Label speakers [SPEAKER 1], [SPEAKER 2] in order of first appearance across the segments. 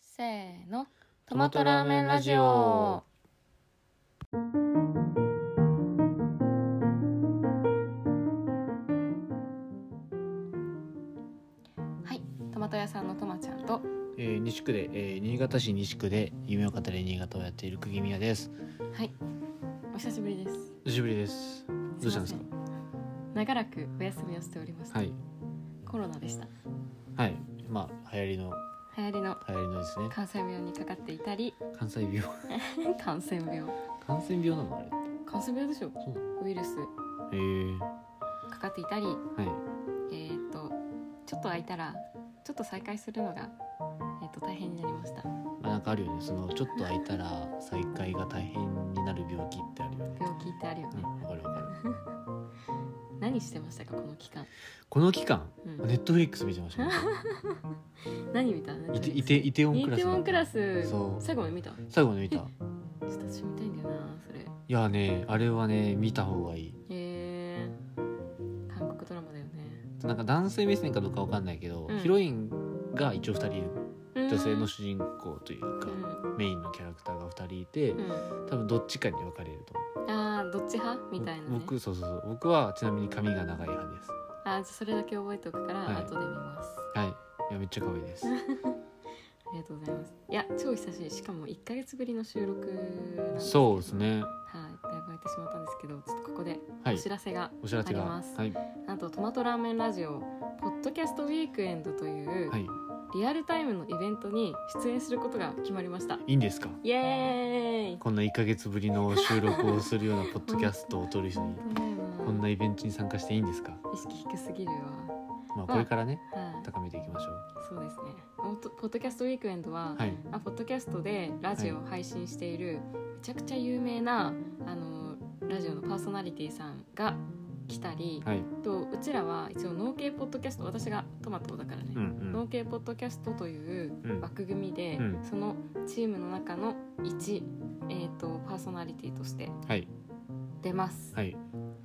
[SPEAKER 1] せーのトマトラーメンラジオはいトマト屋さんのトマちゃんと
[SPEAKER 2] えー西区で、えー新潟市西区で夢を語り新潟をやっている釘宮です
[SPEAKER 1] はいお久しぶりです
[SPEAKER 2] 久しぶりですどうしたんですか
[SPEAKER 1] いません長らくお休みをしておりました、
[SPEAKER 2] はい
[SPEAKER 1] コロナでした
[SPEAKER 2] はいまあ流行りの
[SPEAKER 1] 流行りの
[SPEAKER 2] 流行りのですね
[SPEAKER 1] 感染病にかかっていたり
[SPEAKER 2] 関西病
[SPEAKER 1] 感染病
[SPEAKER 2] 感染病なのあれって
[SPEAKER 1] 感染病でしょ
[SPEAKER 2] そうなの
[SPEAKER 1] ウイルス
[SPEAKER 2] へえー、
[SPEAKER 1] かかっていたり
[SPEAKER 2] はい
[SPEAKER 1] えー、とちょっと空いたらちょっと再開するのが、えー、と大変になりました
[SPEAKER 2] まあなんかあるよねそのちょっと空いたら再会が大変になる病気ってあるよね
[SPEAKER 1] 病気ってあるよ
[SPEAKER 2] う
[SPEAKER 1] ね
[SPEAKER 2] んわかるわかる
[SPEAKER 1] 何してましたかこの期間、
[SPEAKER 2] この期間
[SPEAKER 1] うん
[SPEAKER 2] ネットフリックス見てま したね
[SPEAKER 1] 何見た何
[SPEAKER 2] いていてイテウォン
[SPEAKER 1] イ
[SPEAKER 2] クラス
[SPEAKER 1] テウォンクラス
[SPEAKER 2] そう
[SPEAKER 1] 最後まで見たちょ
[SPEAKER 2] 最後の見たい
[SPEAKER 1] っと私見たいんだよなそれ
[SPEAKER 2] やねあれはね見た方がいい
[SPEAKER 1] えー、韓国ドラマだよね
[SPEAKER 2] なんか男性目線かどうかわかんないけど、
[SPEAKER 1] うん
[SPEAKER 2] ヒロインが一応2人いる女性の
[SPEAKER 1] 人
[SPEAKER 2] 主人公というか、
[SPEAKER 1] う
[SPEAKER 2] メインのキャラクターが2人いて、
[SPEAKER 1] ん、うん
[SPEAKER 2] 多分どっちかに分かれると思う
[SPEAKER 1] あーどっち派みたいな、ね、
[SPEAKER 2] 僕そうそうそう僕はちなみに髪が長い派です
[SPEAKER 1] あーじゃあそれだけ覚えておくから、
[SPEAKER 2] はい
[SPEAKER 1] 後で見ます
[SPEAKER 2] はいいやめっちゃ可愛いです
[SPEAKER 1] ありがとうございますいや超久しいしかも1か月ぶりの収録なんですけど
[SPEAKER 2] そうですね
[SPEAKER 1] はい、だいぶ空いてしまったんですけど、ちょっとここで
[SPEAKER 2] は
[SPEAKER 1] お
[SPEAKER 2] い
[SPEAKER 1] 知らせが
[SPEAKER 2] お知らせが
[SPEAKER 1] あります
[SPEAKER 2] はい
[SPEAKER 1] なんとトマトラーメンラジオポッドキャストウィークエンドという、
[SPEAKER 2] はい
[SPEAKER 1] リアルタイムのイベントに出演することが決まりました。
[SPEAKER 2] いいんですか
[SPEAKER 1] イエーイ。
[SPEAKER 2] こんな1ヶ月ぶりの収録をするようなポッドキャストを撮る人にこんなイベントに参加していいんですか
[SPEAKER 1] 意識低すぎるわ。
[SPEAKER 2] まあこれからね
[SPEAKER 1] はい、
[SPEAKER 2] 高めていきましょう
[SPEAKER 1] そうですね。ポッドポッドキャストウィークエンドは、
[SPEAKER 2] はい
[SPEAKER 1] あポッドキャストでラジオを配信している、めちゃくちゃ有名なあのラジオのパーソナリティさんが来たり、
[SPEAKER 2] はい
[SPEAKER 1] とうちらは一応農系ポッドキャスト私がトマトだからね、
[SPEAKER 2] うん
[SPEAKER 1] 農系ポッドキャストという
[SPEAKER 2] うん
[SPEAKER 1] 枠組みで、
[SPEAKER 2] うん
[SPEAKER 1] そのチームの中の1、えー、とパーソナリティとして
[SPEAKER 2] うんはい
[SPEAKER 1] 出ます、
[SPEAKER 2] はい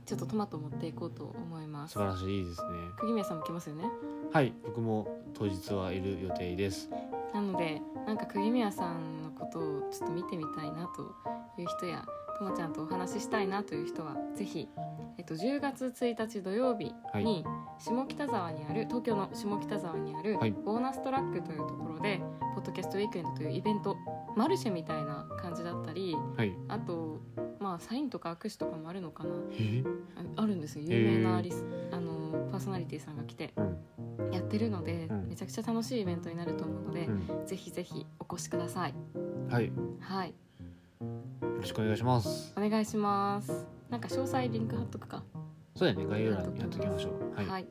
[SPEAKER 1] ちょっとトマト持っていこうと思います
[SPEAKER 2] 素晴らしいいいですね
[SPEAKER 1] 釘宮さんも来ますよね
[SPEAKER 2] はい僕も当日はいる予定です
[SPEAKER 1] なのでなんか釘宮さんのことをちょっと見てみたいなという人やともちゃんとお話ししたいなという人はぜひ、えっと、10月1日土曜日
[SPEAKER 2] はい
[SPEAKER 1] に下北沢にある東京の下北沢にある
[SPEAKER 2] はい
[SPEAKER 1] ボーナストラックというところで、ポッドキャストウィークエンドというイベントマルシェみたいな感じだったり
[SPEAKER 2] はい
[SPEAKER 1] あとまあサインとか握手とかもあるのかな
[SPEAKER 2] え
[SPEAKER 1] ああるんですよ有名なリス、あのパーソナリティさんが来て
[SPEAKER 2] うん
[SPEAKER 1] やってるので、
[SPEAKER 2] うん
[SPEAKER 1] めちゃくちゃ楽しいイベントになると思うので、
[SPEAKER 2] う
[SPEAKER 1] ぜひぜひお越しください。
[SPEAKER 2] んはいよ
[SPEAKER 1] はい、
[SPEAKER 2] ろしくお願いします
[SPEAKER 1] お願いします。なんか詳細リンク貼っとくか。
[SPEAKER 2] そうだよね概要欄にやっておきましょうは
[SPEAKER 1] はいい。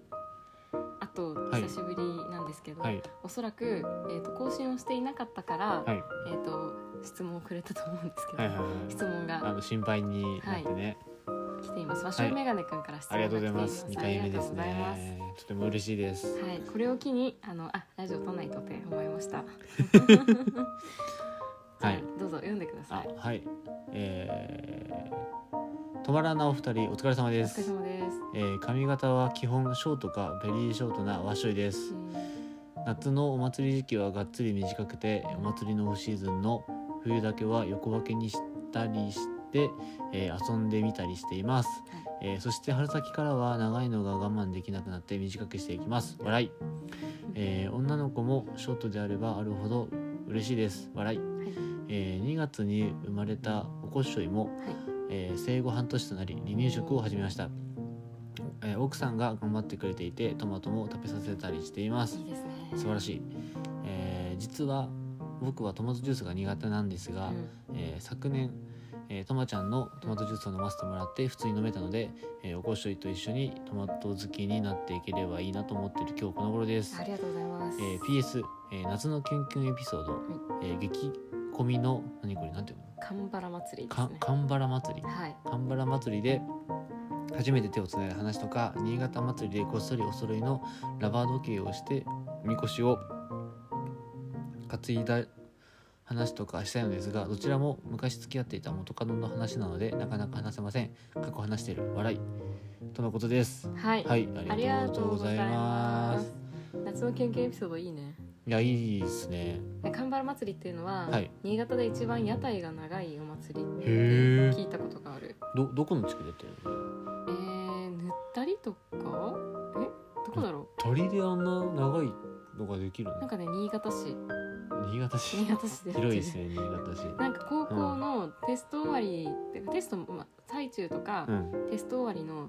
[SPEAKER 1] あと
[SPEAKER 2] い
[SPEAKER 1] 久しぶりなんですけど、
[SPEAKER 2] はい
[SPEAKER 1] おそらくえっ、と更新をしていなかったから、
[SPEAKER 2] はい
[SPEAKER 1] えっ、と質問をくれたと思うんですけど、
[SPEAKER 2] はいはいはい
[SPEAKER 1] 質問
[SPEAKER 2] あ
[SPEAKER 1] が
[SPEAKER 2] の心配になってね
[SPEAKER 1] 来ています。和尚メガネくんから質
[SPEAKER 2] あ
[SPEAKER 1] 問が来
[SPEAKER 2] りがとう
[SPEAKER 1] てい
[SPEAKER 2] ござい
[SPEAKER 1] ま。
[SPEAKER 2] ますす二回目で
[SPEAKER 1] あり
[SPEAKER 2] す
[SPEAKER 1] がとうございます
[SPEAKER 2] ねとても嬉しいです
[SPEAKER 1] はい、これを機にあのあラジオ撮んないとって思いま した。
[SPEAKER 2] はい。
[SPEAKER 1] どうぞ読んでくださ
[SPEAKER 2] あ
[SPEAKER 1] い。
[SPEAKER 2] はいえー止まらなお二人お疲れ様
[SPEAKER 1] お
[SPEAKER 2] で
[SPEAKER 1] 疲れ
[SPEAKER 2] す
[SPEAKER 1] 様です。
[SPEAKER 2] えー髪型は基本ショートかベリーショートな和尚で
[SPEAKER 1] う
[SPEAKER 2] す
[SPEAKER 1] ん
[SPEAKER 2] 夏のお祭り時期はがっつり短くてお祭りのオフシーズンの冬だけは横分けにしたりして、えー遊んでみたりしています、えーそして春先からは長いのが我慢できなくなって短くしていきます笑い、えー女の子もショートであればあるほど嬉しいです笑い、
[SPEAKER 1] い
[SPEAKER 2] えー2月に生まれたおこっしょいも、えー生後半年となり離乳食を始めました、えー奥さんが頑張ってくれていてトマトも食べさせたりしています
[SPEAKER 1] いいですね。
[SPEAKER 2] 素晴ら
[SPEAKER 1] い。
[SPEAKER 2] しい、えー実は僕はトマトジュースが苦手なんですが、えー昨年、えートマちゃんのトマトジュースを飲ませてもらって普通に飲めたので、えーおこっしょいと一緒にトマト好きになっていければいいなと思っている今日この頃です
[SPEAKER 1] あ、りがとうございます。
[SPEAKER 2] えー PS、えー夏のキュンキュンエピソード、えー激コミの何これなんていうの
[SPEAKER 1] カンバラ祭りで
[SPEAKER 2] か
[SPEAKER 1] すね。
[SPEAKER 2] かんばら祭り
[SPEAKER 1] はい。
[SPEAKER 2] かんばら祭りで初めて手をつないだ話とか新潟祭りでこっそりお揃いのラバー時計をしてみこしを担いだ話とかしたいのですがどちらも昔付き合っていた元カノの話なのでなかなか話せません過去話してる笑いとのことです
[SPEAKER 1] はい。
[SPEAKER 2] はい
[SPEAKER 1] あ
[SPEAKER 2] あ
[SPEAKER 1] り
[SPEAKER 2] り
[SPEAKER 1] が
[SPEAKER 2] が
[SPEAKER 1] と
[SPEAKER 2] と
[SPEAKER 1] う
[SPEAKER 2] う
[SPEAKER 1] ご
[SPEAKER 2] ご
[SPEAKER 1] ざ
[SPEAKER 2] ざ
[SPEAKER 1] い
[SPEAKER 2] い
[SPEAKER 1] ま
[SPEAKER 2] ますす。
[SPEAKER 1] 夏のキュンキュンエピソードいいね。
[SPEAKER 2] いやいいですね
[SPEAKER 1] 神原祭りっていうのは、
[SPEAKER 2] はい
[SPEAKER 1] 新潟で一番屋台が長いお祭りって
[SPEAKER 2] へ
[SPEAKER 1] 聞いたことがある
[SPEAKER 2] どどこの地区でやってるの
[SPEAKER 1] えー、塗ったりとかえどこだろ
[SPEAKER 2] 鳥であんな長いのができる
[SPEAKER 1] うなん
[SPEAKER 2] の
[SPEAKER 1] かね新潟市
[SPEAKER 2] 新潟市
[SPEAKER 1] 新潟市でやってる
[SPEAKER 2] 広いですね新潟市
[SPEAKER 1] なんか高校のテスト終わり、ってかテストもまあ最中とか
[SPEAKER 2] う、ん
[SPEAKER 1] テスト終わりの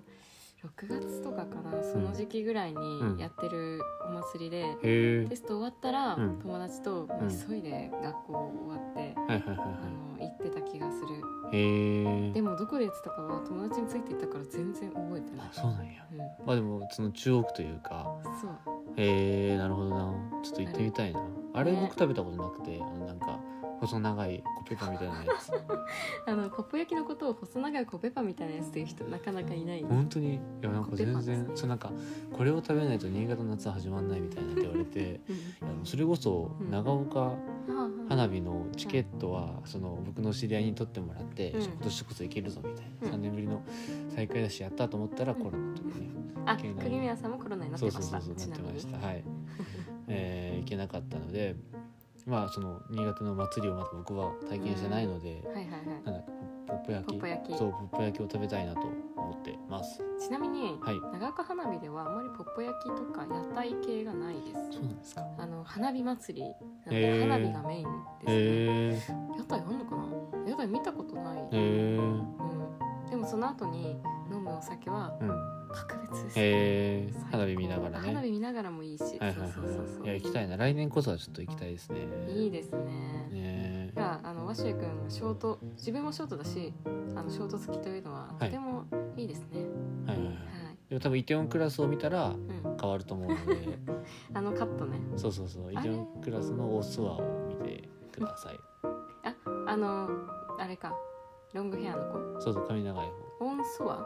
[SPEAKER 1] 6月とかかなその時期ぐらい
[SPEAKER 2] うん
[SPEAKER 1] にやってるお祭りで、
[SPEAKER 2] へえ
[SPEAKER 1] テスト終わったら、
[SPEAKER 2] うん
[SPEAKER 1] 友達ともう急いで学校終わって、
[SPEAKER 2] はいはいはい
[SPEAKER 1] あの行ってた気がする
[SPEAKER 2] はいへえ
[SPEAKER 1] でもどこでやってたかは友達についていったから全然覚えてない
[SPEAKER 2] あ、そうなんや
[SPEAKER 1] うん、
[SPEAKER 2] まあでもその中央区というか
[SPEAKER 1] そう
[SPEAKER 2] へえなるほどなちょっと行ってみたいなあれ
[SPEAKER 1] ね
[SPEAKER 2] 僕食べたことなくてあのなんか細長いコッペパンみたいなや つ
[SPEAKER 1] あのコップ焼きのことを細長いコペパみたいなやつという人なかなかいない、
[SPEAKER 2] 本当にいやなんか
[SPEAKER 1] コッペ
[SPEAKER 2] 全
[SPEAKER 1] パン
[SPEAKER 2] 然
[SPEAKER 1] ですね
[SPEAKER 2] そうなんかこれを食べないと新潟の夏は始まんないみたいなって言われていやそれこそ
[SPEAKER 1] うん
[SPEAKER 2] 長岡
[SPEAKER 1] うん
[SPEAKER 2] 花火のチケットはその僕の知り合いに取ってもらって、
[SPEAKER 1] うん
[SPEAKER 2] 今年こそ行けるぞみたいな、
[SPEAKER 1] うん
[SPEAKER 2] 3年ぶりの再開だしやったと思ったらコロナの時に、
[SPEAKER 1] あ
[SPEAKER 2] 県内
[SPEAKER 1] クリミアさんもコロナになって
[SPEAKER 2] そう
[SPEAKER 1] ま
[SPEAKER 2] そう
[SPEAKER 1] し
[SPEAKER 2] そ
[SPEAKER 1] た
[SPEAKER 2] う
[SPEAKER 1] ちな
[SPEAKER 2] そうなって
[SPEAKER 1] み
[SPEAKER 2] ま
[SPEAKER 1] に
[SPEAKER 2] したはい、えー行けなかったのでまあその新潟の祭りをまだ僕は体験してないので、
[SPEAKER 1] はいはいはい
[SPEAKER 2] なんだっけポップ焼き
[SPEAKER 1] ポッポ焼き
[SPEAKER 2] そうポップ焼きを食べたいなと思ってます
[SPEAKER 1] ちなみに
[SPEAKER 2] はい
[SPEAKER 1] 長岡花火ではあまりポッポ焼きとか屋台系がないです
[SPEAKER 2] そうなんですか
[SPEAKER 1] あの花火祭りなん
[SPEAKER 2] へ
[SPEAKER 1] で
[SPEAKER 2] ー
[SPEAKER 1] 花火がメインですね、
[SPEAKER 2] へえ
[SPEAKER 1] 屋台あんのかな屋台見たことない、
[SPEAKER 2] へえ
[SPEAKER 1] うん、でもその後に飲むお酒は
[SPEAKER 2] うん
[SPEAKER 1] 格別です、
[SPEAKER 2] へえ
[SPEAKER 1] 最高
[SPEAKER 2] 花火見ながら
[SPEAKER 1] 花火
[SPEAKER 2] ね
[SPEAKER 1] 見ながらもいいし、
[SPEAKER 2] はいはいはい
[SPEAKER 1] そうそうそうそう
[SPEAKER 2] いや行きたいな来年こそはちょっと行きたいですね
[SPEAKER 1] いいですね
[SPEAKER 2] ね
[SPEAKER 1] じゃああのワシュ君がショート自分もショートだしあのショート好きというのは
[SPEAKER 2] は
[SPEAKER 1] と
[SPEAKER 2] い
[SPEAKER 1] てもいいですね、
[SPEAKER 2] はいはいはい
[SPEAKER 1] はい
[SPEAKER 2] でも多分イテオンクラスを見たら
[SPEAKER 1] うん、
[SPEAKER 2] 変わると思うので
[SPEAKER 1] あのカットね
[SPEAKER 2] そうそうそうイ
[SPEAKER 1] あ
[SPEAKER 2] テ
[SPEAKER 1] れ
[SPEAKER 2] オンクラスのオスワを見てください
[SPEAKER 1] ああのあれかロングヘアの子
[SPEAKER 2] そうそう髪長い方
[SPEAKER 1] オンソア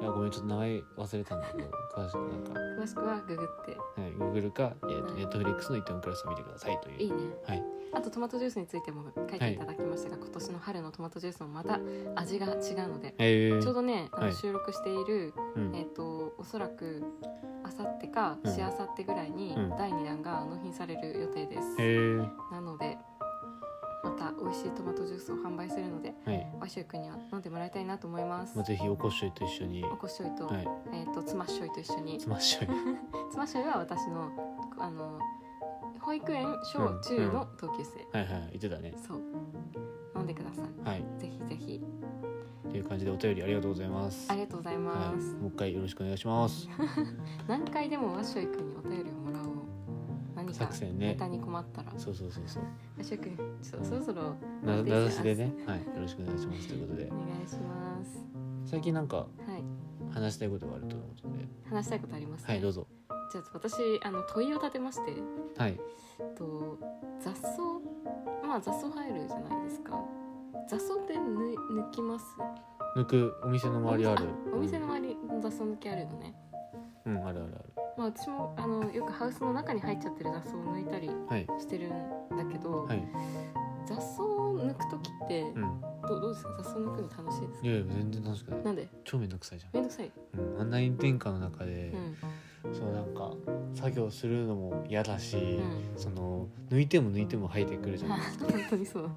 [SPEAKER 2] いやごめんちょっと名前忘れたんだけど詳しくなんか、
[SPEAKER 1] 詳しくはググって
[SPEAKER 2] はい、Google か、えーと
[SPEAKER 1] はい
[SPEAKER 2] ネットフリックスのイテオンクラスを見てくださいという
[SPEAKER 1] いいね
[SPEAKER 2] はい
[SPEAKER 1] あとトマトジュースについても書いていただきましたが、今年の春のトマトジュースもまた味が違うので、
[SPEAKER 2] えー、
[SPEAKER 1] ちょうどねあ
[SPEAKER 2] は
[SPEAKER 1] の
[SPEAKER 2] い
[SPEAKER 1] 収録している、
[SPEAKER 2] うん
[SPEAKER 1] えっ、とおそらくあさってか
[SPEAKER 2] うん
[SPEAKER 1] しあさってぐらいに
[SPEAKER 2] うん
[SPEAKER 1] 第2弾が納品される予定です、
[SPEAKER 2] えー、
[SPEAKER 1] なのでまた美味しいトマトジュースを販売するので
[SPEAKER 2] はい、
[SPEAKER 1] 和く君には飲んでもらいたいなと思います
[SPEAKER 2] まあ、ぜひおこっしょいと一緒に
[SPEAKER 1] お
[SPEAKER 2] は
[SPEAKER 1] こしょいと,、
[SPEAKER 2] い
[SPEAKER 1] えっとつまっしょいと一緒 に
[SPEAKER 2] スマッシュ
[SPEAKER 1] つまっしょいは私のあの保育園
[SPEAKER 2] う
[SPEAKER 1] 小
[SPEAKER 2] ん
[SPEAKER 1] 中の同級生、
[SPEAKER 2] はいはい言ってたね
[SPEAKER 1] そう飲んでください
[SPEAKER 2] はい
[SPEAKER 1] ぜひぜひ
[SPEAKER 2] という感じでお便りありがとうございます
[SPEAKER 1] ありがとうござい
[SPEAKER 2] は
[SPEAKER 1] ま
[SPEAKER 2] い、
[SPEAKER 1] す、
[SPEAKER 2] もう一回よろしくお願いします
[SPEAKER 1] 何回でもわっしょいくんにお便りをもらおう何か
[SPEAKER 2] 作戦ね
[SPEAKER 1] ネタに困ったら、わ
[SPEAKER 2] そうそうそうそう
[SPEAKER 1] っしょいくんちょそろそろ
[SPEAKER 2] な名指しで
[SPEAKER 1] お
[SPEAKER 2] ねはいよろしくお願いしますということで
[SPEAKER 1] 願いします
[SPEAKER 2] 最近なんか
[SPEAKER 1] はい
[SPEAKER 2] 話したいことがあると思うので
[SPEAKER 1] 話したいことあります、ね
[SPEAKER 2] はいどうぞ
[SPEAKER 1] じゃあ私あの問いを立てまして
[SPEAKER 2] はい
[SPEAKER 1] えっと雑草まあ雑草入るじゃないですか雑草って抜抜きます
[SPEAKER 2] 抜くお店の周りある
[SPEAKER 1] お店の周りの雑草抜きあるのね
[SPEAKER 2] うん、うん、あるある
[SPEAKER 1] まあ私もあのよくハウスの中に入っちゃってる雑草を抜いたり
[SPEAKER 2] あるはい
[SPEAKER 1] してるんだけど、
[SPEAKER 2] はい
[SPEAKER 1] 雑草を抜く時って、
[SPEAKER 2] うん
[SPEAKER 1] どうどうですか雑草抜くの楽しいです
[SPEAKER 2] い
[SPEAKER 1] か
[SPEAKER 2] やいや全然楽しくない
[SPEAKER 1] なんで
[SPEAKER 2] 超めんどくさいじゃん
[SPEAKER 1] めんどくさい、
[SPEAKER 2] うん、案内転換の中で
[SPEAKER 1] う、ん
[SPEAKER 2] そうなんか作業するのも嫌だし、
[SPEAKER 1] ん
[SPEAKER 2] その抜いても抜いても生えてくるじゃ
[SPEAKER 1] は
[SPEAKER 2] ない
[SPEAKER 1] い
[SPEAKER 2] です か。
[SPEAKER 1] 本当にそう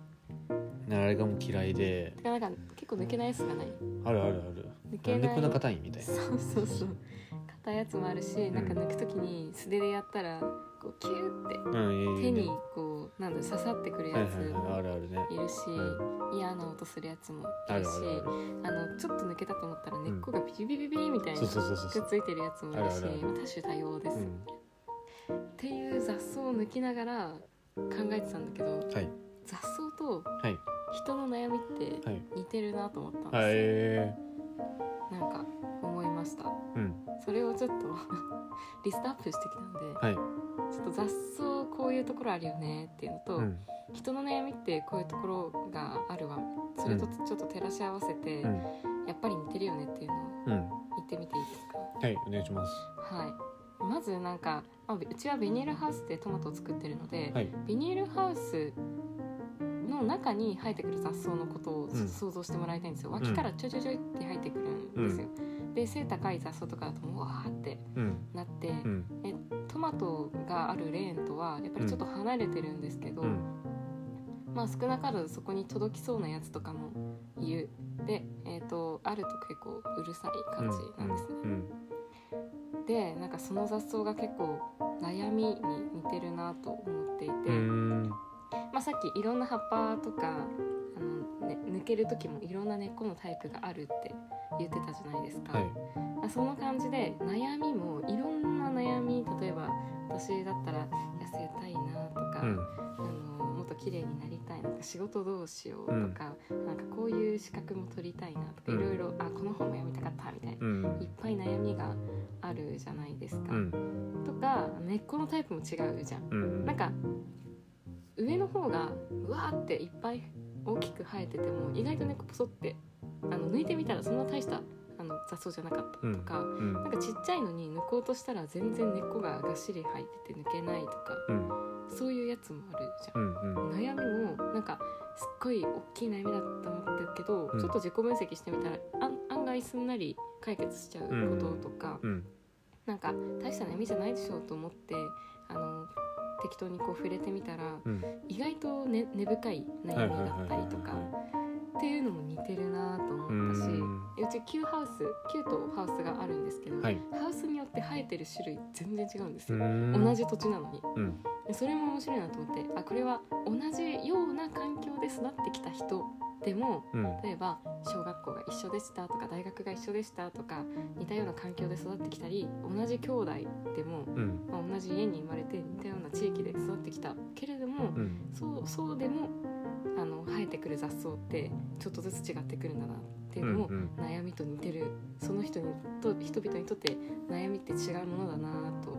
[SPEAKER 2] あれがもう嫌いで
[SPEAKER 1] てかなんか結構抜けないやつがない
[SPEAKER 2] あるあるある
[SPEAKER 1] 抜け
[SPEAKER 2] なんで
[SPEAKER 1] ない
[SPEAKER 2] こんな硬いんみたいな
[SPEAKER 1] そうそうそう硬いやつもあるし、なんか抜く時に素手でやったらこうキューって
[SPEAKER 2] うんいや
[SPEAKER 1] 手
[SPEAKER 2] いやい
[SPEAKER 1] に
[SPEAKER 2] や
[SPEAKER 1] こうなんだろう刺さってくる
[SPEAKER 2] は
[SPEAKER 1] や
[SPEAKER 2] いはいはいあ
[SPEAKER 1] つ
[SPEAKER 2] るあるね
[SPEAKER 1] いるし、
[SPEAKER 2] う
[SPEAKER 1] 嫌な音するやつもい
[SPEAKER 2] あ
[SPEAKER 1] る
[SPEAKER 2] る
[SPEAKER 1] し
[SPEAKER 2] あるある
[SPEAKER 1] あのちょっと抜けたと思ったら根っこがビビビビビみたいな、
[SPEAKER 2] そう
[SPEAKER 1] く
[SPEAKER 2] そうそうそうそ
[SPEAKER 1] っ
[SPEAKER 2] う
[SPEAKER 1] ついてるやつもいるし
[SPEAKER 2] あるあるある
[SPEAKER 1] まあ多種多様です、
[SPEAKER 2] う
[SPEAKER 1] っ
[SPEAKER 2] ん
[SPEAKER 1] ていう雑草を抜きながら考えてたんだけど
[SPEAKER 2] はい
[SPEAKER 1] 雑草と
[SPEAKER 2] はい
[SPEAKER 1] 人の悩みって
[SPEAKER 2] はい
[SPEAKER 1] 似てるなと思ったんですよ、
[SPEAKER 2] はいえ
[SPEAKER 1] なんか思いました
[SPEAKER 2] ーうん
[SPEAKER 1] それをちょっと リストアップしてきたんで、
[SPEAKER 2] はい
[SPEAKER 1] ちょっと雑草こういうところあるよねっていうのと、
[SPEAKER 2] うん
[SPEAKER 1] 人の悩みってこういうところがあるわそれとちょっと照らし合わせて、
[SPEAKER 2] うん
[SPEAKER 1] やっぱり似てるよねっていうのを
[SPEAKER 2] うん
[SPEAKER 1] 言ってみていいです
[SPEAKER 2] はいお願いします
[SPEAKER 1] かはいまずなんか、まあうちはビニールハウスでトマトを作ってるので、
[SPEAKER 2] はい
[SPEAKER 1] ビニールハウスの中に生えてくる雑草のことをちょっと想像してもらいたいんですよ、脇からちょいちょいちょいって生えてくるんですよ、で背高い雑草とかだとうわーって
[SPEAKER 2] うん
[SPEAKER 1] なって、
[SPEAKER 2] うん
[SPEAKER 1] トマトがあるレーンとはやっぱりちょっと離れてるんですけど、
[SPEAKER 2] うん
[SPEAKER 1] まあ少なからずそこに届きそうなやつとかもいるで、えー、とあると結構うるさい感じなんですね、
[SPEAKER 2] うん
[SPEAKER 1] でなんかその雑草が結構悩みに似てるなと思っていて、
[SPEAKER 2] うん
[SPEAKER 1] まあ、さっきいろんな葉っぱとかあの、ね、抜ける時もいろんな根っこのタイプがあるって言ってたじゃないですか、
[SPEAKER 2] はい
[SPEAKER 1] あその感じで悩みもいろんな悩み例えば私だったら痩せたいなとか、
[SPEAKER 2] うん
[SPEAKER 1] あのもっと綺麗になりたいなんか仕事どうしようとか、なんかこういう資格も取りたいなとか
[SPEAKER 2] う
[SPEAKER 1] い
[SPEAKER 2] ん
[SPEAKER 1] ろいろあこの本も読みたかったみたいな、
[SPEAKER 2] うん
[SPEAKER 1] いっぱい悩みがあるじゃないですか。
[SPEAKER 2] うん
[SPEAKER 1] とか根っこのタイプも違うじゃん。
[SPEAKER 2] うん
[SPEAKER 1] なんか上の方がうわーっていっぱい大きく生えてても意外と根っこポソってあの抜いてみたらそんな大したあの雑草じゃなかったとか、
[SPEAKER 2] うん
[SPEAKER 1] なんかちっちゃいのに抜こうとしたら全然根っこががっしり生えてて抜けないとか
[SPEAKER 2] うん
[SPEAKER 1] そういうやつもあるじゃん。
[SPEAKER 2] うんうん
[SPEAKER 1] 悩みもなんかすっごい大きい悩みだと思ってるけど、
[SPEAKER 2] うん
[SPEAKER 1] ちょっと自己分析してみたらあん案外すんなり解決しちゃうこととか、
[SPEAKER 2] うん
[SPEAKER 1] なんか大した悩みじゃないでしょうと思ってあの適当にこう触れてみたら
[SPEAKER 2] うん
[SPEAKER 1] 意外と、ね、根深い
[SPEAKER 2] は
[SPEAKER 1] 悩
[SPEAKER 2] いはい
[SPEAKER 1] みだ
[SPEAKER 2] は
[SPEAKER 1] っ
[SPEAKER 2] い
[SPEAKER 1] た
[SPEAKER 2] はい
[SPEAKER 1] りとかっていうのも似てるなと思ったし。うち旧ハウス旧とハウスがあるんですけど、
[SPEAKER 2] はい
[SPEAKER 1] ハウスによって生えてる種類全然違うんです
[SPEAKER 2] う
[SPEAKER 1] よ、
[SPEAKER 2] ん
[SPEAKER 1] 同じ土地なのに
[SPEAKER 2] うん
[SPEAKER 1] でそれも面白いなと思ってあこれは同じような環境で育ってきた人でも
[SPEAKER 2] うん
[SPEAKER 1] 例えば小学校が一緒でしたとか大学が一緒でしたとか似たような環境で育ってきたり同じ兄弟でも、
[SPEAKER 2] うん
[SPEAKER 1] まあ、同じ家に生まれて似たような地域で育ってきたけれども
[SPEAKER 2] うん
[SPEAKER 1] そうそうでもあの生えてくる雑草ってちょっとずつ違ってくるんだなっていう
[SPEAKER 2] うん
[SPEAKER 1] のも
[SPEAKER 2] うん
[SPEAKER 1] 悩みと似てるその人にと人々にとって悩みって違うものだなと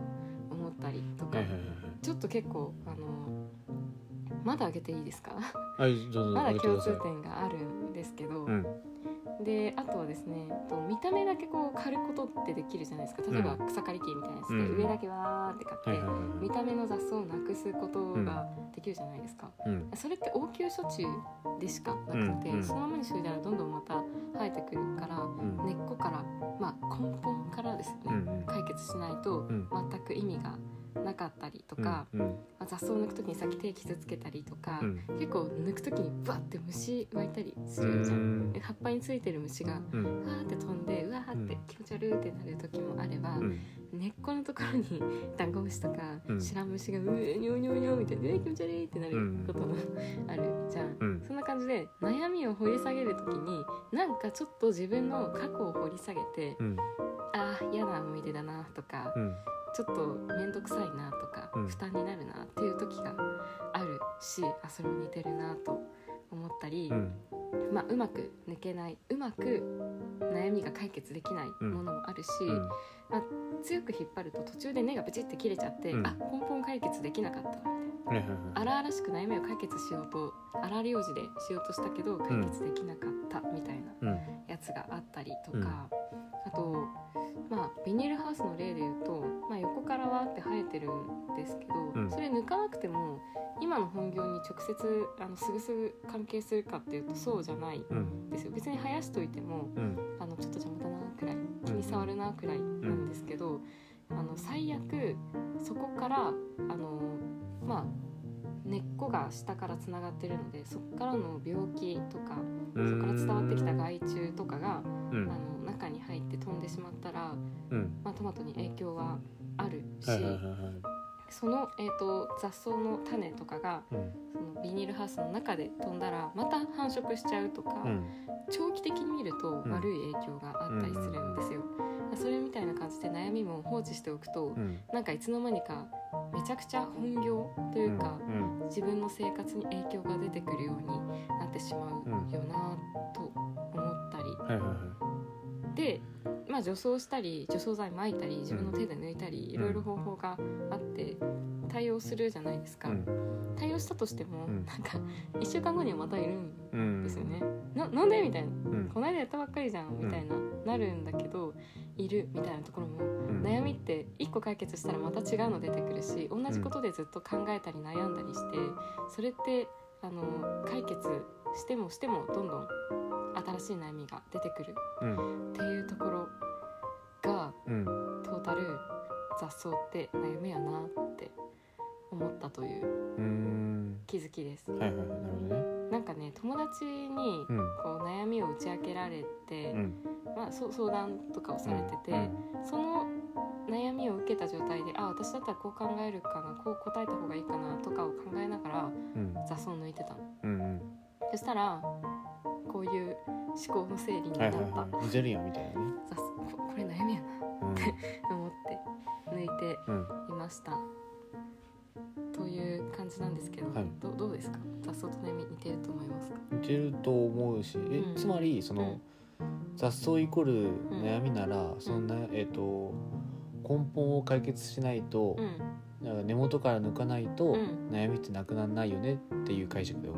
[SPEAKER 1] 思ったりとか。
[SPEAKER 2] はいはいはい
[SPEAKER 1] ちょっと結構あのまだ上げていいですか
[SPEAKER 2] はいはいどう ぞ
[SPEAKER 1] まだ
[SPEAKER 2] あげてく
[SPEAKER 1] 共
[SPEAKER 2] ださい
[SPEAKER 1] 通点があるんですけど、
[SPEAKER 2] うん
[SPEAKER 1] であとはですねえっと見た目だけこう刈ることってできるじゃないですか例えば
[SPEAKER 2] う
[SPEAKER 1] 草刈り機みたいなやつで、
[SPEAKER 2] うん
[SPEAKER 1] 上だけわーって
[SPEAKER 2] は
[SPEAKER 1] 刈っ
[SPEAKER 2] い
[SPEAKER 1] て、
[SPEAKER 2] はいはい
[SPEAKER 1] 見た目の雑草をなくすことができるじゃないですか、
[SPEAKER 2] うん
[SPEAKER 1] それって応急処置でしかなくて、
[SPEAKER 2] うんうん
[SPEAKER 1] そのままにしておいたらどんどんまた生えてくるから
[SPEAKER 2] うん
[SPEAKER 1] 根っこからまあ根本からですね、
[SPEAKER 2] うん
[SPEAKER 1] 解決しないと
[SPEAKER 2] うん
[SPEAKER 1] 全く意味がなかったりとか、
[SPEAKER 2] うんうん
[SPEAKER 1] まあ雑草を抜く時にさっき手傷つけたりとか、
[SPEAKER 2] うん
[SPEAKER 1] 結構抜く時にバッて虫湧いたりす
[SPEAKER 2] う
[SPEAKER 1] るじゃん、
[SPEAKER 2] ん
[SPEAKER 1] で葉っぱについてる虫がわ
[SPEAKER 2] うん
[SPEAKER 1] ーって飛んでうわーって
[SPEAKER 2] うん
[SPEAKER 1] 気持ち悪いってなる時もあれば、
[SPEAKER 2] うん
[SPEAKER 1] 根っこのところにダンゴムシとか
[SPEAKER 2] うん
[SPEAKER 1] 知らん虫がうーにょうにょうにょうみたいなうー気持ち悪いってなることもあるじゃん。
[SPEAKER 2] うん
[SPEAKER 1] そんな感じで悩みを掘り下げる時になんかちょっと自分の過去を掘り下げて
[SPEAKER 2] うん
[SPEAKER 1] ああ嫌な思い出だなとか
[SPEAKER 2] うん
[SPEAKER 1] ちょっと面倒くさいなとか、
[SPEAKER 2] うん
[SPEAKER 1] 負担になるなっていう時があるしあそれも似てるなと思ったり、
[SPEAKER 2] うん
[SPEAKER 1] まあ、うまく抜けないうまく悩みが解決できないものもあるし、
[SPEAKER 2] うん
[SPEAKER 1] 強く引っ張ると途中で根がブチって切れちゃって、
[SPEAKER 2] うん
[SPEAKER 1] あ根本解決できなかったみたい
[SPEAKER 2] はいはいはい
[SPEAKER 1] な荒々しく悩みを解決しようと荒療治でしようとしたけど解決できなかったみたいな
[SPEAKER 2] うん
[SPEAKER 1] やつがあったりとか、
[SPEAKER 2] うん
[SPEAKER 1] あと、まあ、ビニールハウスの例で言うと、まあ、横からわーって生えてるんですけど、
[SPEAKER 2] うん
[SPEAKER 1] それ抜かなくても今の本業に直接あのすぐすぐ関係するかっていうとそうじゃないん
[SPEAKER 2] うん
[SPEAKER 1] ですよ別に生やしといても
[SPEAKER 2] うん
[SPEAKER 1] あのちょっと邪魔だなくらい気に障るなくらいなんですけど、あの最悪そこからあのまあ根っこが下からつながってるのでそこからの病気とか
[SPEAKER 2] うん
[SPEAKER 1] そこから伝わってきた害虫とかがあ
[SPEAKER 2] うん
[SPEAKER 1] の中に入って飛んでしまったら、
[SPEAKER 2] うん
[SPEAKER 1] まあ、トマトに影響はあるし、
[SPEAKER 2] はいはいはいはい
[SPEAKER 1] その、えー、と雑草の種とかが
[SPEAKER 2] うん
[SPEAKER 1] そのビニールハウスの中で飛んだらまた繁殖しちゃうとか、
[SPEAKER 2] うん
[SPEAKER 1] 長期的に見ると
[SPEAKER 2] うん
[SPEAKER 1] 悪い影響があったりするんですよ。それみたいな感じで悩みも放置しておくと
[SPEAKER 2] うん
[SPEAKER 1] なんかいつの間にかめちゃくちゃ本業というか、
[SPEAKER 2] うん
[SPEAKER 1] 自分の生活に影響が出てくるようになってしまうよなと思ったり
[SPEAKER 2] はいはいは
[SPEAKER 1] で、まあ、除草したり除草剤撒いたり自分の手で抜いたりいろいろ方法があって対応するじゃないですか、
[SPEAKER 2] いうん
[SPEAKER 1] 対応したとしても、
[SPEAKER 2] うん
[SPEAKER 1] なんか1週間後にはまたいるん
[SPEAKER 2] うん
[SPEAKER 1] ですよね、ななんでみたいな
[SPEAKER 2] うん
[SPEAKER 1] この間やったばっかりじゃんみたいな、なるんだけどいるみたいなところも
[SPEAKER 2] うん
[SPEAKER 1] 悩みって1個解決したらまた違うの出てくるし同じことでずっと考えたり悩んだりしてそれってあの解決してもしてもどんどん新しい悩みが出てくる
[SPEAKER 2] うん
[SPEAKER 1] っていうところが
[SPEAKER 2] うん
[SPEAKER 1] トータル雑草って悩みやなって思ったという
[SPEAKER 2] うーん
[SPEAKER 1] 気づきです。
[SPEAKER 2] はいはいはいなるほどね
[SPEAKER 1] なんかね友達に
[SPEAKER 2] うん
[SPEAKER 1] こう悩みを打ち明けられて、
[SPEAKER 2] うん
[SPEAKER 1] まあ、そう相談とかをされてて、
[SPEAKER 2] うん
[SPEAKER 1] その悩みを受けた状態であ私だったらこう考えるかなこう答えた方がいいかなとかを考えながら
[SPEAKER 2] うん
[SPEAKER 1] 雑草を抜いてたの
[SPEAKER 2] うんうん
[SPEAKER 1] そしたらこういう思考の整理に
[SPEAKER 2] は
[SPEAKER 1] ないった、
[SPEAKER 2] はいはいいけるやんみたいなね
[SPEAKER 1] 雑草ここれ悩みやなと思って抜いて
[SPEAKER 2] うんうん
[SPEAKER 1] いましたという感じなんですけど、
[SPEAKER 2] はい
[SPEAKER 1] どどうですか雑草と悩み似てると思いますか
[SPEAKER 2] 似てると思うしえ、
[SPEAKER 1] うん
[SPEAKER 2] つまりその、雑草イコール悩みなら、そんなえっ、と根本を解決しないと
[SPEAKER 1] う、ん
[SPEAKER 2] なんか根元から抜かない
[SPEAKER 1] う
[SPEAKER 2] と、
[SPEAKER 1] ん
[SPEAKER 2] 悩みってなくならないよねっていう解釈で OK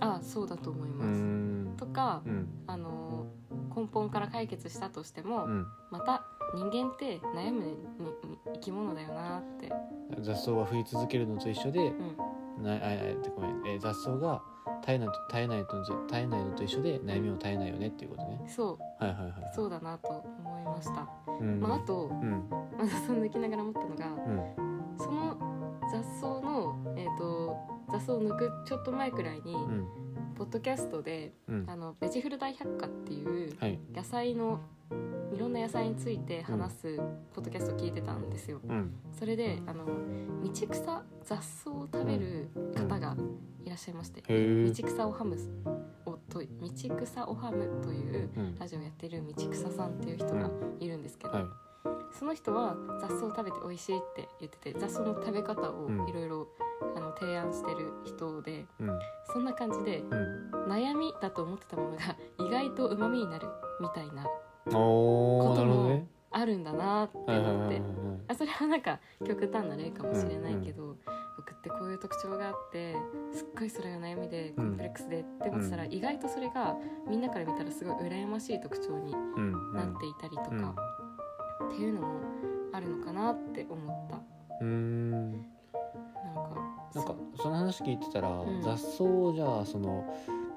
[SPEAKER 1] あそうだと思いう
[SPEAKER 2] ー
[SPEAKER 1] ます、
[SPEAKER 2] ん
[SPEAKER 1] とか
[SPEAKER 2] うん
[SPEAKER 1] あの根本から解決したとしても、
[SPEAKER 2] うん
[SPEAKER 1] また人間って悩むにに生き物だよなって、
[SPEAKER 2] 雑草は増え続けるのと一緒で
[SPEAKER 1] うん、
[SPEAKER 2] なああえごめん、えー雑草が絶えないと絶えないのと絶えないのと一緒で悩みも絶えないよねっていうことね
[SPEAKER 1] そう
[SPEAKER 2] はいはいはい
[SPEAKER 1] そうだなと思いました、
[SPEAKER 2] うん
[SPEAKER 1] まあ、あと
[SPEAKER 2] うん
[SPEAKER 1] またその抜きながら思ったのが
[SPEAKER 2] うん
[SPEAKER 1] その雑草の、えー、と雑草を抜くちょっと前くらいに、
[SPEAKER 2] うん
[SPEAKER 1] ポッドキャストで
[SPEAKER 2] うん
[SPEAKER 1] あのベジフル大百科っていう
[SPEAKER 2] はい
[SPEAKER 1] 野菜のいろんな野菜について話すポッドキャストを聞いてたんですよ。
[SPEAKER 2] うん
[SPEAKER 1] それであの道草雑草を食べる方がいらっしゃいまして、
[SPEAKER 2] へえ
[SPEAKER 1] 道草おハムをと道草おハムという
[SPEAKER 2] うん
[SPEAKER 1] ラジオをやってる道草さんっていう人がいるんですけど、
[SPEAKER 2] はい
[SPEAKER 1] その人は雑草を食べて美味しいって言ってて雑草の食べ方をいろいろあの提案してる人で
[SPEAKER 2] うん
[SPEAKER 1] そんな感じで
[SPEAKER 2] う
[SPEAKER 1] 悩みだと思ってたものが意外と旨味になるみたいなん
[SPEAKER 2] おーなるほどね
[SPEAKER 1] あるんだなって
[SPEAKER 2] はいはいはい
[SPEAKER 1] 思って
[SPEAKER 2] はいはい
[SPEAKER 1] あそれはなんか極端な例かもしれないけど、僕ってこういう特徴があってすっごいそれが悩みでコンプレックスでって思ってたら、
[SPEAKER 2] うん
[SPEAKER 1] 意外とそれがみんなから見たらすごい羨ましい特徴に
[SPEAKER 2] うんうん
[SPEAKER 1] なっていたりとか、っていうのもあるのかなって思った
[SPEAKER 2] うんうーん
[SPEAKER 1] なんか
[SPEAKER 2] なん
[SPEAKER 1] そ
[SPEAKER 2] かその話聞いてたら、
[SPEAKER 1] ん
[SPEAKER 2] 雑草をじゃあその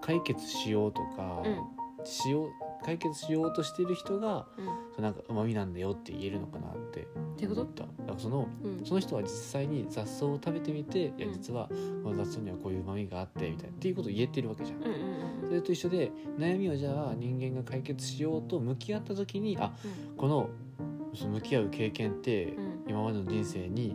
[SPEAKER 2] 解決しようとか、
[SPEAKER 1] ううん
[SPEAKER 2] しよう解決しようとしてる人が
[SPEAKER 1] うん
[SPEAKER 2] そのなんか旨味なんだよって言えるのかなって
[SPEAKER 1] てこと
[SPEAKER 2] 思っただからその
[SPEAKER 1] うん
[SPEAKER 2] その人は実際に雑草を食べてみて、いや
[SPEAKER 1] うん
[SPEAKER 2] 実はこの雑草にはこういう旨味があってみたいなっていうことを言えてるわけじゃん。
[SPEAKER 1] うんうんうん
[SPEAKER 2] それと一緒で悩みをじゃあ人間が解決しようと向き合った時にあこのその向き合う経験って
[SPEAKER 1] うんうん
[SPEAKER 2] 今までの人生に、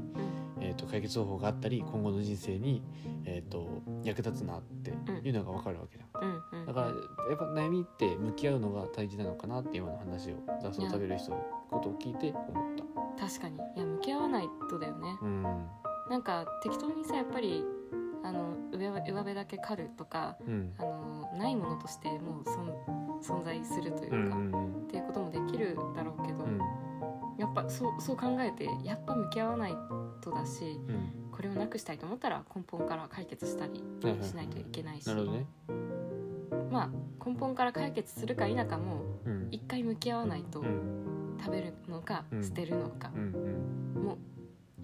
[SPEAKER 1] う
[SPEAKER 2] えー、と解決方法があったり今後の人生に、えー、と役立つなっていうのが分かるわけだ、
[SPEAKER 1] うんうん
[SPEAKER 2] だからやっぱ悩みって向き合うのが大事なのかなって今の話を雑草を食べる人のことを聞いて思った
[SPEAKER 1] 確かにいや向き合わないとだよね
[SPEAKER 2] うん
[SPEAKER 1] なんか適当にさやっぱりあの上は上辺だけ狩るとか
[SPEAKER 2] うん
[SPEAKER 1] あのないものとしてもうそん存在するという
[SPEAKER 2] う
[SPEAKER 1] か、
[SPEAKER 2] んう
[SPEAKER 1] っ
[SPEAKER 2] んうん
[SPEAKER 1] ていうこともできるだろうけど、
[SPEAKER 2] うん
[SPEAKER 1] やっぱそうそう考えてやっぱ向き合わないとだし
[SPEAKER 2] うん
[SPEAKER 1] これをなくしたいと思ったら根本から解決したり
[SPEAKER 2] はいはいはい
[SPEAKER 1] しないといけないし、
[SPEAKER 2] なるほどね
[SPEAKER 1] まあ根本から解決するか否かも
[SPEAKER 2] うん
[SPEAKER 1] 一回向き合わないと
[SPEAKER 2] うん
[SPEAKER 1] 食べるのか
[SPEAKER 2] うん
[SPEAKER 1] 捨てるのか
[SPEAKER 2] うんうん
[SPEAKER 1] も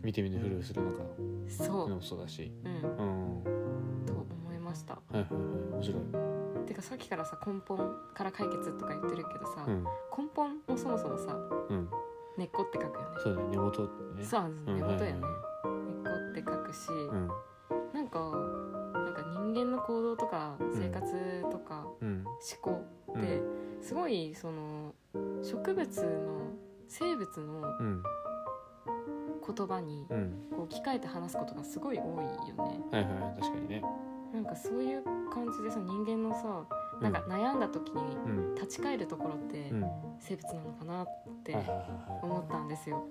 [SPEAKER 2] 見て見ぬふりをするのか
[SPEAKER 1] そう、
[SPEAKER 2] のもそうだし
[SPEAKER 1] うん、
[SPEAKER 2] うんはい
[SPEAKER 1] と思いました。
[SPEAKER 2] はいはい面白い
[SPEAKER 1] てかさっきからさ根本から解決とか言ってるけどさ、
[SPEAKER 2] うん
[SPEAKER 1] 根本もそもそもさ
[SPEAKER 2] うん
[SPEAKER 1] 根っこって書くよね
[SPEAKER 2] そうだね根元ね
[SPEAKER 1] そう根元やね、
[SPEAKER 2] う
[SPEAKER 1] 根っこって書くし、
[SPEAKER 2] ん
[SPEAKER 1] なんかなんか人間の行動とか
[SPEAKER 2] ん
[SPEAKER 1] 生活とか
[SPEAKER 2] うん
[SPEAKER 1] 思考
[SPEAKER 2] うん
[SPEAKER 1] って、すごいその植物の生物の
[SPEAKER 2] うん
[SPEAKER 1] 言葉に
[SPEAKER 2] うん
[SPEAKER 1] こう置き換えて話すことがすごい多いよね
[SPEAKER 2] はいはいはい確かにね
[SPEAKER 1] なんかそういう感じでさ人間のさなんか悩んだ時に
[SPEAKER 2] うん
[SPEAKER 1] 立ち返るところって
[SPEAKER 2] うんは
[SPEAKER 1] 生物なのかなっ
[SPEAKER 2] い
[SPEAKER 1] て
[SPEAKER 2] はいはいはい
[SPEAKER 1] 思ったんですよ。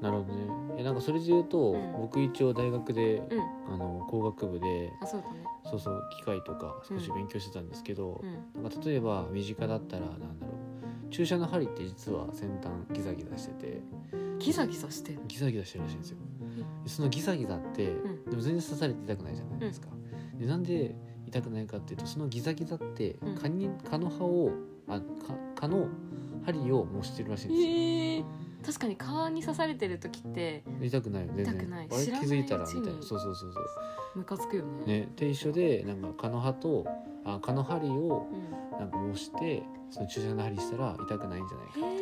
[SPEAKER 2] なるほどねえなんかそれで言うと、
[SPEAKER 1] うん
[SPEAKER 2] 僕一応大学で、
[SPEAKER 1] うん、
[SPEAKER 2] あの工学部で
[SPEAKER 1] あそうだね。
[SPEAKER 2] そうそう機械とか少し勉強してたんですけど
[SPEAKER 1] う、ん、
[SPEAKER 2] なんか例えば身近だったらなんだろう注射の針って実は先端ギザギザしてて
[SPEAKER 1] ギザギザしてる。
[SPEAKER 2] ギザギザしてるらしいんですよ、
[SPEAKER 1] う
[SPEAKER 2] でそのギザギザって、
[SPEAKER 1] ん
[SPEAKER 2] でも全然刺されて痛くないじゃないですか、でなんで痛くないかっていうとそのギザギザって
[SPEAKER 1] うん
[SPEAKER 2] 蚊に蚊の葉をあ蚊蚊の針を模してるらしいんですよ、
[SPEAKER 1] ええ確かに皮に刺されてる時って
[SPEAKER 2] 痛くないよ全然
[SPEAKER 1] 痛くない
[SPEAKER 2] あれ
[SPEAKER 1] 知
[SPEAKER 2] 気
[SPEAKER 1] らない
[SPEAKER 2] づいたらみ
[SPEAKER 1] うち
[SPEAKER 2] たい
[SPEAKER 1] に
[SPEAKER 2] なそうそうそうそ
[SPEAKER 1] ムカつくよね
[SPEAKER 2] うねって一緒でなんか蚊の葉とあ蚊の針を
[SPEAKER 1] うん、
[SPEAKER 2] なんか押してその注射の針したら痛くないんじゃないか
[SPEAKER 1] へえ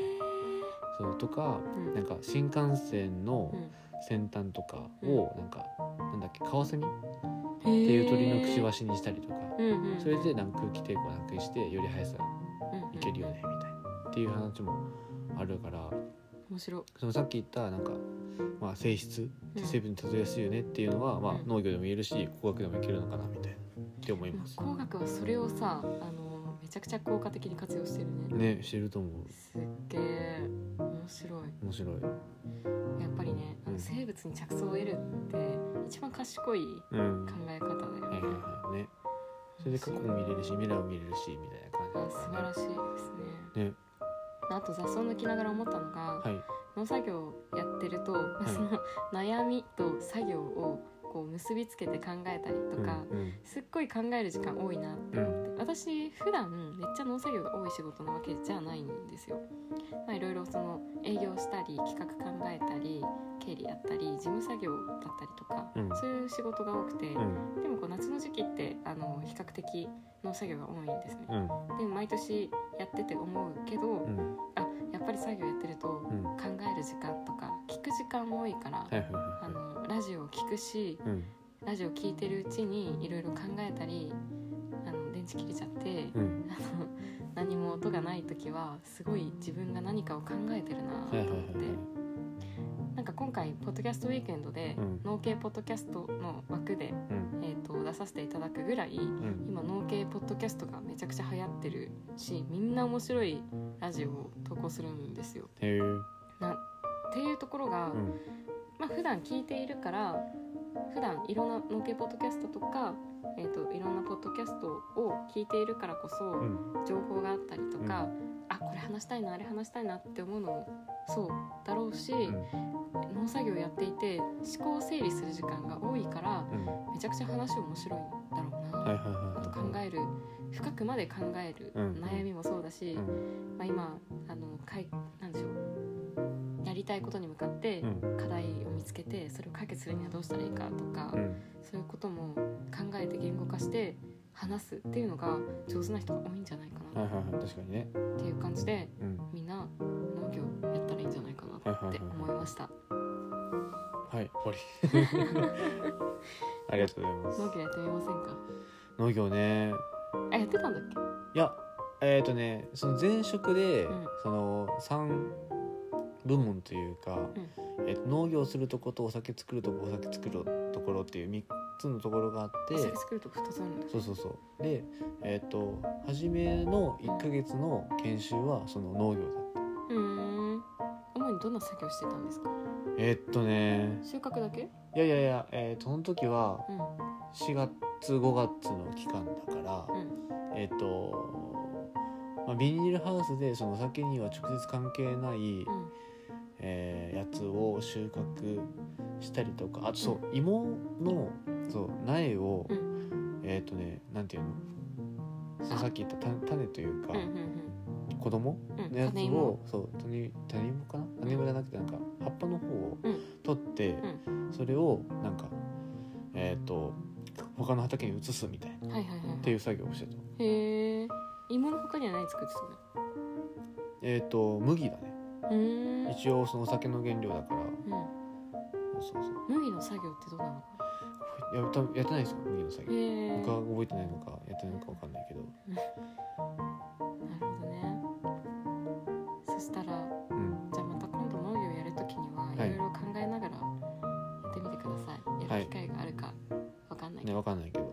[SPEAKER 2] そうとか
[SPEAKER 1] うん
[SPEAKER 2] なんか新幹線の
[SPEAKER 1] うん
[SPEAKER 2] 先端とか
[SPEAKER 1] う
[SPEAKER 2] をなんかなんだっけカワセミっ
[SPEAKER 1] って
[SPEAKER 2] ていう鳥のくちばしにしたりとか
[SPEAKER 1] うんうん、
[SPEAKER 2] それでなんか空気抵抗なくしてより速さいけるよ
[SPEAKER 1] ね、
[SPEAKER 2] ねみたいなっていう話もあるから
[SPEAKER 1] 面白い、
[SPEAKER 2] そのさっき言ったなんか、まあ、性質
[SPEAKER 1] うん
[SPEAKER 2] 成分に例えやすいよねっていうのは、まあ
[SPEAKER 1] う、ん
[SPEAKER 2] 農業でも言えるし工学でもいけるのかなみたいなって思います。
[SPEAKER 1] 工学はそれをさあのめちゃくちゃ効果的に活用してるね
[SPEAKER 2] ね知ると思
[SPEAKER 1] すっげえ面白いう
[SPEAKER 2] 面白い。
[SPEAKER 1] やっぱりねあ
[SPEAKER 2] う
[SPEAKER 1] の
[SPEAKER 2] ん
[SPEAKER 1] 生物に着想を得るって一番賢い
[SPEAKER 2] うん
[SPEAKER 1] 考え方だよ
[SPEAKER 2] はいはい
[SPEAKER 1] ね
[SPEAKER 2] はいね、それで過去も見れるし未来も見れるしみたいな
[SPEAKER 1] あ
[SPEAKER 2] 感じ
[SPEAKER 1] 素晴ら
[SPEAKER 2] し
[SPEAKER 1] しいですね
[SPEAKER 2] ね
[SPEAKER 1] あと雑草抜きながら思ったのが、
[SPEAKER 2] はい
[SPEAKER 1] 農作業をやってると、まあその悩みと作業をこう結びつけて考えたりとか、
[SPEAKER 2] うんうん
[SPEAKER 1] すっごい考える時間多いなって思って、私普段めっちゃ農作業が多い仕事なわけじゃないんですよ。まあ、いろいろその営業したり企画考えたり経理やったり事務作業だったりとか、
[SPEAKER 2] うん
[SPEAKER 1] そういう仕事が多くて、
[SPEAKER 2] うん
[SPEAKER 1] でもこう夏の時期ってあの比較的農作業が多いんですね。
[SPEAKER 2] うん
[SPEAKER 1] で毎年やってて思うけど、
[SPEAKER 2] うん
[SPEAKER 1] あやっぱり作業やってると
[SPEAKER 2] うんは
[SPEAKER 1] 考える時間とか聞く時間も多いから、
[SPEAKER 2] いはいはい
[SPEAKER 1] あ
[SPEAKER 2] は
[SPEAKER 1] のラジオを聞くし
[SPEAKER 2] いうん
[SPEAKER 1] ラジオ聞いてるうちにいろいろ考えたりあの電池切れちゃって、
[SPEAKER 2] うん
[SPEAKER 1] あの何も音がない時はすごい自分が何かを考えてるなと
[SPEAKER 2] はいはいは
[SPEAKER 1] 思っ
[SPEAKER 2] い
[SPEAKER 1] て、なんか今回ポッドキャストウィークエンドで、
[SPEAKER 2] うん
[SPEAKER 1] 農系ポッドキャストの枠で、
[SPEAKER 2] うん
[SPEAKER 1] えー、と出させていただくぐらい
[SPEAKER 2] うん
[SPEAKER 1] 今農系ポッドキャストがめちゃくちゃ流行ってるしみんな面白いラジオを投稿するんですよ。
[SPEAKER 2] へえ
[SPEAKER 1] なっていうところが、
[SPEAKER 2] うん
[SPEAKER 1] まあ普段聞いているから普段いろんな農系ポッドキャストとか、えー、といろんなポッドキャストを聞いているからこそ
[SPEAKER 2] うん
[SPEAKER 1] 情報があったりとか、あこれ話したいなあれ話したいなって思うのもそうだろうし、農作業やっていて思考整理する時間が多いから
[SPEAKER 2] うん
[SPEAKER 1] めちゃくちゃ話面白いんだろうな、
[SPEAKER 2] はいはいはいはい
[SPEAKER 1] あと考える深くまで考える、
[SPEAKER 2] うん
[SPEAKER 1] 悩みもそうだし、
[SPEAKER 2] うん
[SPEAKER 1] まあ、今あのかいなんでしょうやりたいことに向かって、
[SPEAKER 2] うん
[SPEAKER 1] 課題を見つけてそれを解決するにはどうしたらいいかとか、
[SPEAKER 2] うん
[SPEAKER 1] そういうことも考えて言語化して話すっていうのが上手な人が多いんじゃないか
[SPEAKER 2] は
[SPEAKER 1] ない
[SPEAKER 2] はいはい確かにね
[SPEAKER 1] っていう感じで
[SPEAKER 2] うん
[SPEAKER 1] みんな農業やったらいいんじゃないかなって思いました
[SPEAKER 2] はい終わりありがとうございます
[SPEAKER 1] 農業やってみませんか
[SPEAKER 2] 農業ね
[SPEAKER 1] あやってたんだっけ
[SPEAKER 2] いやえっ、とねその前職で、
[SPEAKER 1] うん
[SPEAKER 2] その3部門というか、えっと農業するとことお酒作るとこお酒作るところっていう3つのところがあって
[SPEAKER 1] お酒作るとこ2つあるんだ
[SPEAKER 2] そうそうそうでえっ、と初めの1ヶ月の研修はその農業だっ
[SPEAKER 1] うーん主にどんな作業してたんですか
[SPEAKER 2] たえっとね
[SPEAKER 1] 収穫だけ
[SPEAKER 2] いやいやいや、えっとその時は
[SPEAKER 1] うん
[SPEAKER 2] 4月5月の期間だから、
[SPEAKER 1] うん
[SPEAKER 2] えっ、と、まあ、ビニールハウスでそのお酒には直接関係ない、
[SPEAKER 1] うん
[SPEAKER 2] えーやつを収穫したりとかあとそう芋のそう苗を、
[SPEAKER 1] う
[SPEAKER 2] えっ、とねなんていうのそうさっき言ったた種というか、
[SPEAKER 1] うんうん
[SPEAKER 2] 子供
[SPEAKER 1] うんうん
[SPEAKER 2] のやつ
[SPEAKER 1] 種
[SPEAKER 2] を
[SPEAKER 1] 芋
[SPEAKER 2] そう種種芋かな種芋じゃなくてなんか葉っぱの方を
[SPEAKER 1] うん
[SPEAKER 2] 取って、それをなんかえっ、と他の畑に移すみたいなっ
[SPEAKER 1] はいはいはいはい
[SPEAKER 2] ていう作業をしてた
[SPEAKER 1] へえ芋の他には何作ってたの
[SPEAKER 2] えっ、と麦だね
[SPEAKER 1] うーん
[SPEAKER 2] 一応そのお酒の原料だから
[SPEAKER 1] うん
[SPEAKER 2] そうそう
[SPEAKER 1] 麦の作業ってどうなのか
[SPEAKER 2] や多分やってないですよ麦の作業
[SPEAKER 1] へえ
[SPEAKER 2] 僕は覚えてないのかやってないのかわかんないけど、
[SPEAKER 1] なるほどねそしたらじ
[SPEAKER 2] うん、
[SPEAKER 1] ゃあまた今度農業やるときには
[SPEAKER 2] は
[SPEAKER 1] い
[SPEAKER 2] い
[SPEAKER 1] ろいろ考えながらやってみてください、やる機会があるかわかんないけ
[SPEAKER 2] ね
[SPEAKER 1] ど、
[SPEAKER 2] わかんないけど、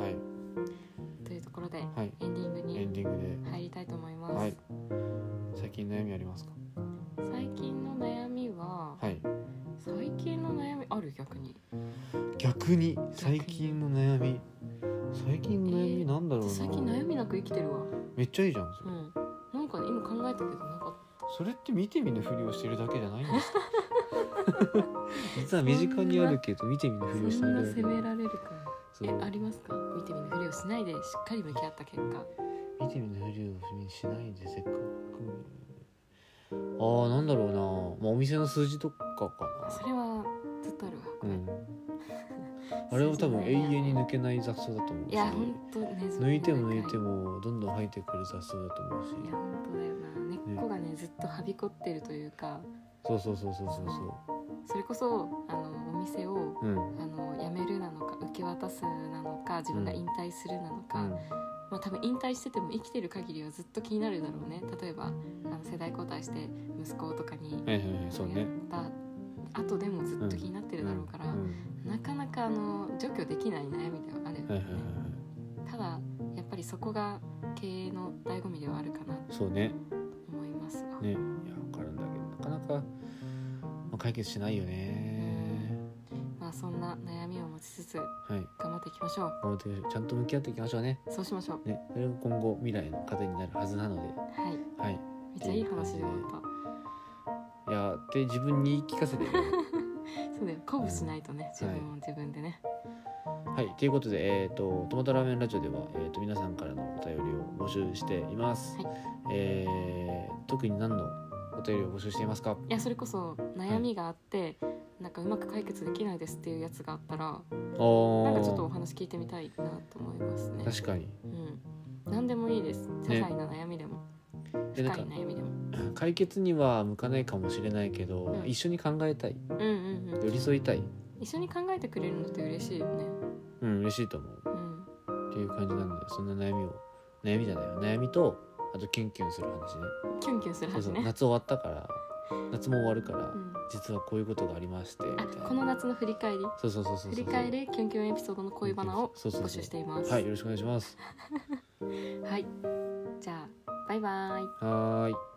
[SPEAKER 1] はい
[SPEAKER 2] はい
[SPEAKER 1] というところで
[SPEAKER 2] はい
[SPEAKER 1] エンディング
[SPEAKER 2] エン
[SPEAKER 1] に
[SPEAKER 2] ディング
[SPEAKER 1] 入りたいと思います、
[SPEAKER 2] で、はい、最近悩みありますか？
[SPEAKER 1] 最近の悩みは、
[SPEAKER 2] はい、
[SPEAKER 1] 最近の悩みある逆に
[SPEAKER 2] 逆に最近の悩み、最近の悩みなんだろうな、
[SPEAKER 1] 最近悩みなく生きてるわ
[SPEAKER 2] めっちゃいいじゃんそれ、
[SPEAKER 1] うんなんかね今考えたけどなんか
[SPEAKER 2] それって見て見ぬふりをしてるだけじゃないんで すか？実は身近にあるけど見て見ぬ
[SPEAKER 1] そ
[SPEAKER 2] ふりをし
[SPEAKER 1] ん
[SPEAKER 2] てる
[SPEAKER 1] な
[SPEAKER 2] だけ
[SPEAKER 1] 責められるか
[SPEAKER 2] そう
[SPEAKER 1] えありますか見て見ぬふりをしないでしっかり向き合った結果
[SPEAKER 2] 見て見ぬふりをしないでせっかくああなんだろうな、まあ、お店の数字とかか
[SPEAKER 1] それはずっとあるわこ
[SPEAKER 2] なう
[SPEAKER 1] れ、
[SPEAKER 2] んあれは多分永遠に抜けない雑草だと思うん
[SPEAKER 1] い
[SPEAKER 2] ですよ
[SPEAKER 1] や
[SPEAKER 2] ね
[SPEAKER 1] 本当ね
[SPEAKER 2] 抜いても抜いてもどんどん生えてくる雑草だと思うし
[SPEAKER 1] いや本当だよな根っこがねずっとはびこってるというか
[SPEAKER 2] そうそうそうそうそう
[SPEAKER 1] それこそあのお店を
[SPEAKER 2] そううんうん
[SPEAKER 1] あの辞めるなのか受け渡すなのか自分が引退するなのか、まあ、多分引退してても生きてる限りはずっと気になるだろうね例えばあの世代交代して息子とかに
[SPEAKER 2] はいはいはいそう
[SPEAKER 1] や
[SPEAKER 2] ね
[SPEAKER 1] った後でもずっと気になってるだろうから、
[SPEAKER 2] うんうん
[SPEAKER 1] なかなかあの除去できない悩みではあるよね、
[SPEAKER 2] はいはいはいはい
[SPEAKER 1] ただやっぱりそこが経営の醍醐味ではあるかなと
[SPEAKER 2] そうね
[SPEAKER 1] 思いますわ、
[SPEAKER 2] ねいや分かるんだけどなかなか、まあ、解決しないよね
[SPEAKER 1] まあそんな悩みを持ちつつ
[SPEAKER 2] はい
[SPEAKER 1] 頑張っていきましょう
[SPEAKER 2] 頑張ってちゃんと向き合っていきましょうね
[SPEAKER 1] そうしましょう
[SPEAKER 2] ねそれが今後未来の糧になるはずなので
[SPEAKER 1] はい
[SPEAKER 2] はい
[SPEAKER 1] めっちゃいい話で終わっ
[SPEAKER 2] いやって自分に言い聞かせてね
[SPEAKER 1] たそうだよ鼓舞しないとね自
[SPEAKER 2] はい
[SPEAKER 1] 分も自分でね、
[SPEAKER 2] はいということでえっ、とトマトラーメンラジオでは、えー、と皆さんからのお便りを募集しています、
[SPEAKER 1] はい
[SPEAKER 2] えー特に何のお便りを募集していますか
[SPEAKER 1] いやそれこそ悩みがあって、なんかうまく解決できないですっていうやつがあったら
[SPEAKER 2] お
[SPEAKER 1] なんかちょっとお話聞いてみたいなと思いますね。
[SPEAKER 2] 確かに
[SPEAKER 1] うん、何でもいいです。些細な悩みでも、深
[SPEAKER 2] で
[SPEAKER 1] い
[SPEAKER 2] なんか
[SPEAKER 1] 悩みでも。
[SPEAKER 2] 解決には向かないかもしれないけど、
[SPEAKER 1] うん
[SPEAKER 2] 一緒に考えたい
[SPEAKER 1] うんうんうん。
[SPEAKER 2] 寄り添いたい
[SPEAKER 1] 一緒に考えてくれるのって嬉しいよね。
[SPEAKER 2] うん嬉しいと思う
[SPEAKER 1] うん。
[SPEAKER 2] っていう感じなのでそんな悩みを悩みじゃないよ悩みとあとキュンキュンする話ね
[SPEAKER 1] キュンキュンする
[SPEAKER 2] そう
[SPEAKER 1] 話
[SPEAKER 2] そう
[SPEAKER 1] ね。
[SPEAKER 2] 夏終わったから夏も終わるから、
[SPEAKER 1] うん。
[SPEAKER 2] 実はこういうことがありましてみた
[SPEAKER 1] あ
[SPEAKER 2] いな
[SPEAKER 1] この夏の振り返り。
[SPEAKER 2] そうそうそうそうそう
[SPEAKER 1] 振り返りキュンキュンエピソードの恋バナを
[SPEAKER 2] そうそうそう
[SPEAKER 1] 募集しています。
[SPEAKER 2] はいよろしくお願いします
[SPEAKER 1] はい。じゃあバイバイ。
[SPEAKER 2] はーい